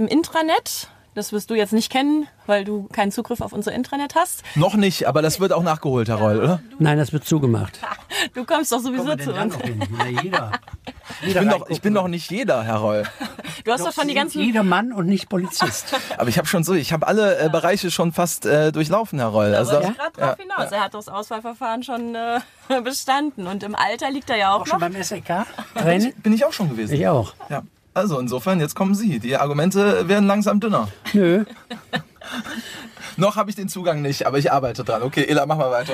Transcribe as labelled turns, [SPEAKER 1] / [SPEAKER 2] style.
[SPEAKER 1] im Intranet. Das wirst du jetzt nicht kennen, weil du keinen Zugriff auf unser Intranet hast.
[SPEAKER 2] Noch nicht, aber das wird auch nachgeholt, Herr Reul, oder?
[SPEAKER 3] Nein, das wird zugemacht.
[SPEAKER 1] Du kommst doch sowieso zu uns.
[SPEAKER 2] Ich bin, doch, ich bin doch nicht jeder, Herr Reul.
[SPEAKER 1] Du hast doch schon die ganzen.
[SPEAKER 3] Jeder Mann und nicht Polizist.
[SPEAKER 2] Aber ich habe schon so, ich habe alle äh, Bereiche schon fast äh, durchlaufen, Herr Reul. Also,
[SPEAKER 1] Ja. Gerade drauf hinaus. Er hat das Auswahlverfahren schon äh, bestanden. Und im Alter liegt er ja auch,
[SPEAKER 3] Schon
[SPEAKER 1] noch.
[SPEAKER 3] beim SEK? Training?
[SPEAKER 2] Bin ich auch schon gewesen.
[SPEAKER 3] Ich auch.
[SPEAKER 2] Ja. Also insofern, jetzt kommen Sie. Die Argumente werden langsam dünner.
[SPEAKER 3] Nö.
[SPEAKER 2] Noch habe ich den Zugang nicht, aber ich arbeite dran. Okay, Ela, mach mal weiter.